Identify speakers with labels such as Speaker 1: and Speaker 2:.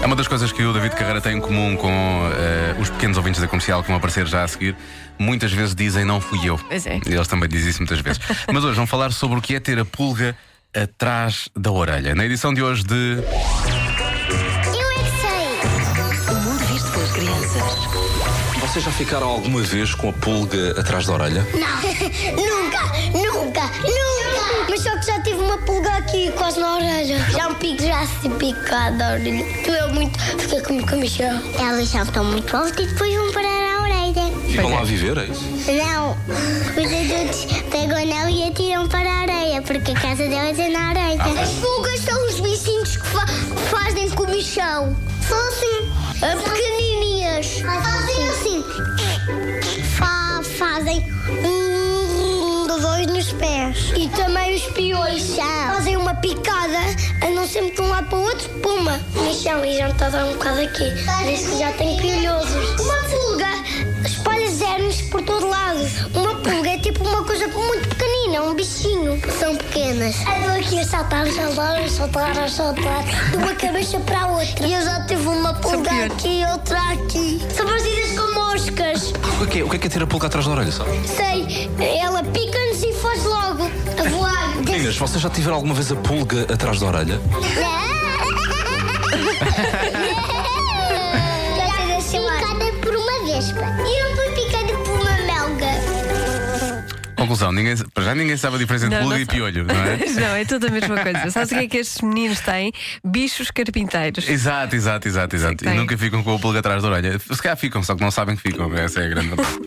Speaker 1: É uma das coisas que o David Carreira tem em comum com eh, os pequenos ouvintes da comercial que vão aparecer já a seguir. Muitas vezes dizem não fui eu.
Speaker 2: Pois é.
Speaker 1: Eles também dizem isso muitas vezes. Mas hoje vamos falar sobre o que é ter a pulga atrás da orelha. Na edição de hoje de.
Speaker 3: Eu é que sei!
Speaker 4: O mundo visto pelas crianças.
Speaker 5: Vocês já ficaram alguma vez com a pulga atrás da orelha?
Speaker 3: Não! nunca! Nunca! Nunca! Mas só que já tive uma pulga aqui quase na orelha. Já um pico já se picado a orelha. Doeu muito. Fiquei com o comichão. Elas já estão muito altas e depois vão parar a orelha.
Speaker 5: Ficam lá a viver, é isso?
Speaker 3: Não! Os adultos pegam nela e atiram para a areia, porque a casa delas é na areia. As pulgas são os bichinhos que, fazem comichão. São assim. pequenininhas. Fazem assim. Fa- fazem um, dois nos pés. E também os piolhos. Fazem uma picada, andam sempre de um lado para o outro, puma. Michão, e já está a dar um bocado aqui. Diz que já tem piolhosos. Uma pulga espalha germes por todo lado. Uma pulga é tipo uma coisa muito pequenina, um bichinho. São pequenas. Andam aqui a saltar, a saltar, a saltar, a saltar, de uma cabeça para a outra. E eu já tive uma pulga
Speaker 2: piolhos.
Speaker 3: aqui, outra aqui. São parecidas com moscas.
Speaker 5: O que é que é, o que é, que é ter a pulga atrás da orelha, sabe?
Speaker 3: Sei, ela pica-nos e foge logo a voar.
Speaker 5: Meninas, vocês já tiveram alguma vez a pulga atrás da orelha?
Speaker 3: Já fui picada por uma vespa. E eu fui picada por uma melga.
Speaker 1: Conclusão, ninguém, para já ninguém sabe a diferença entre
Speaker 2: Não,
Speaker 1: pulga
Speaker 2: não
Speaker 1: e
Speaker 2: sabe.
Speaker 1: piolho, não é?
Speaker 2: não, é tudo a mesma coisa. Sabes o que é que estes meninos têm? Bichos carpinteiros.
Speaker 1: Exato, exato, exato, exato. E
Speaker 2: tem.
Speaker 1: nunca ficam com a pulga atrás da orelha. Se calhar ficam, só que não sabem que ficam. Essa é a grande.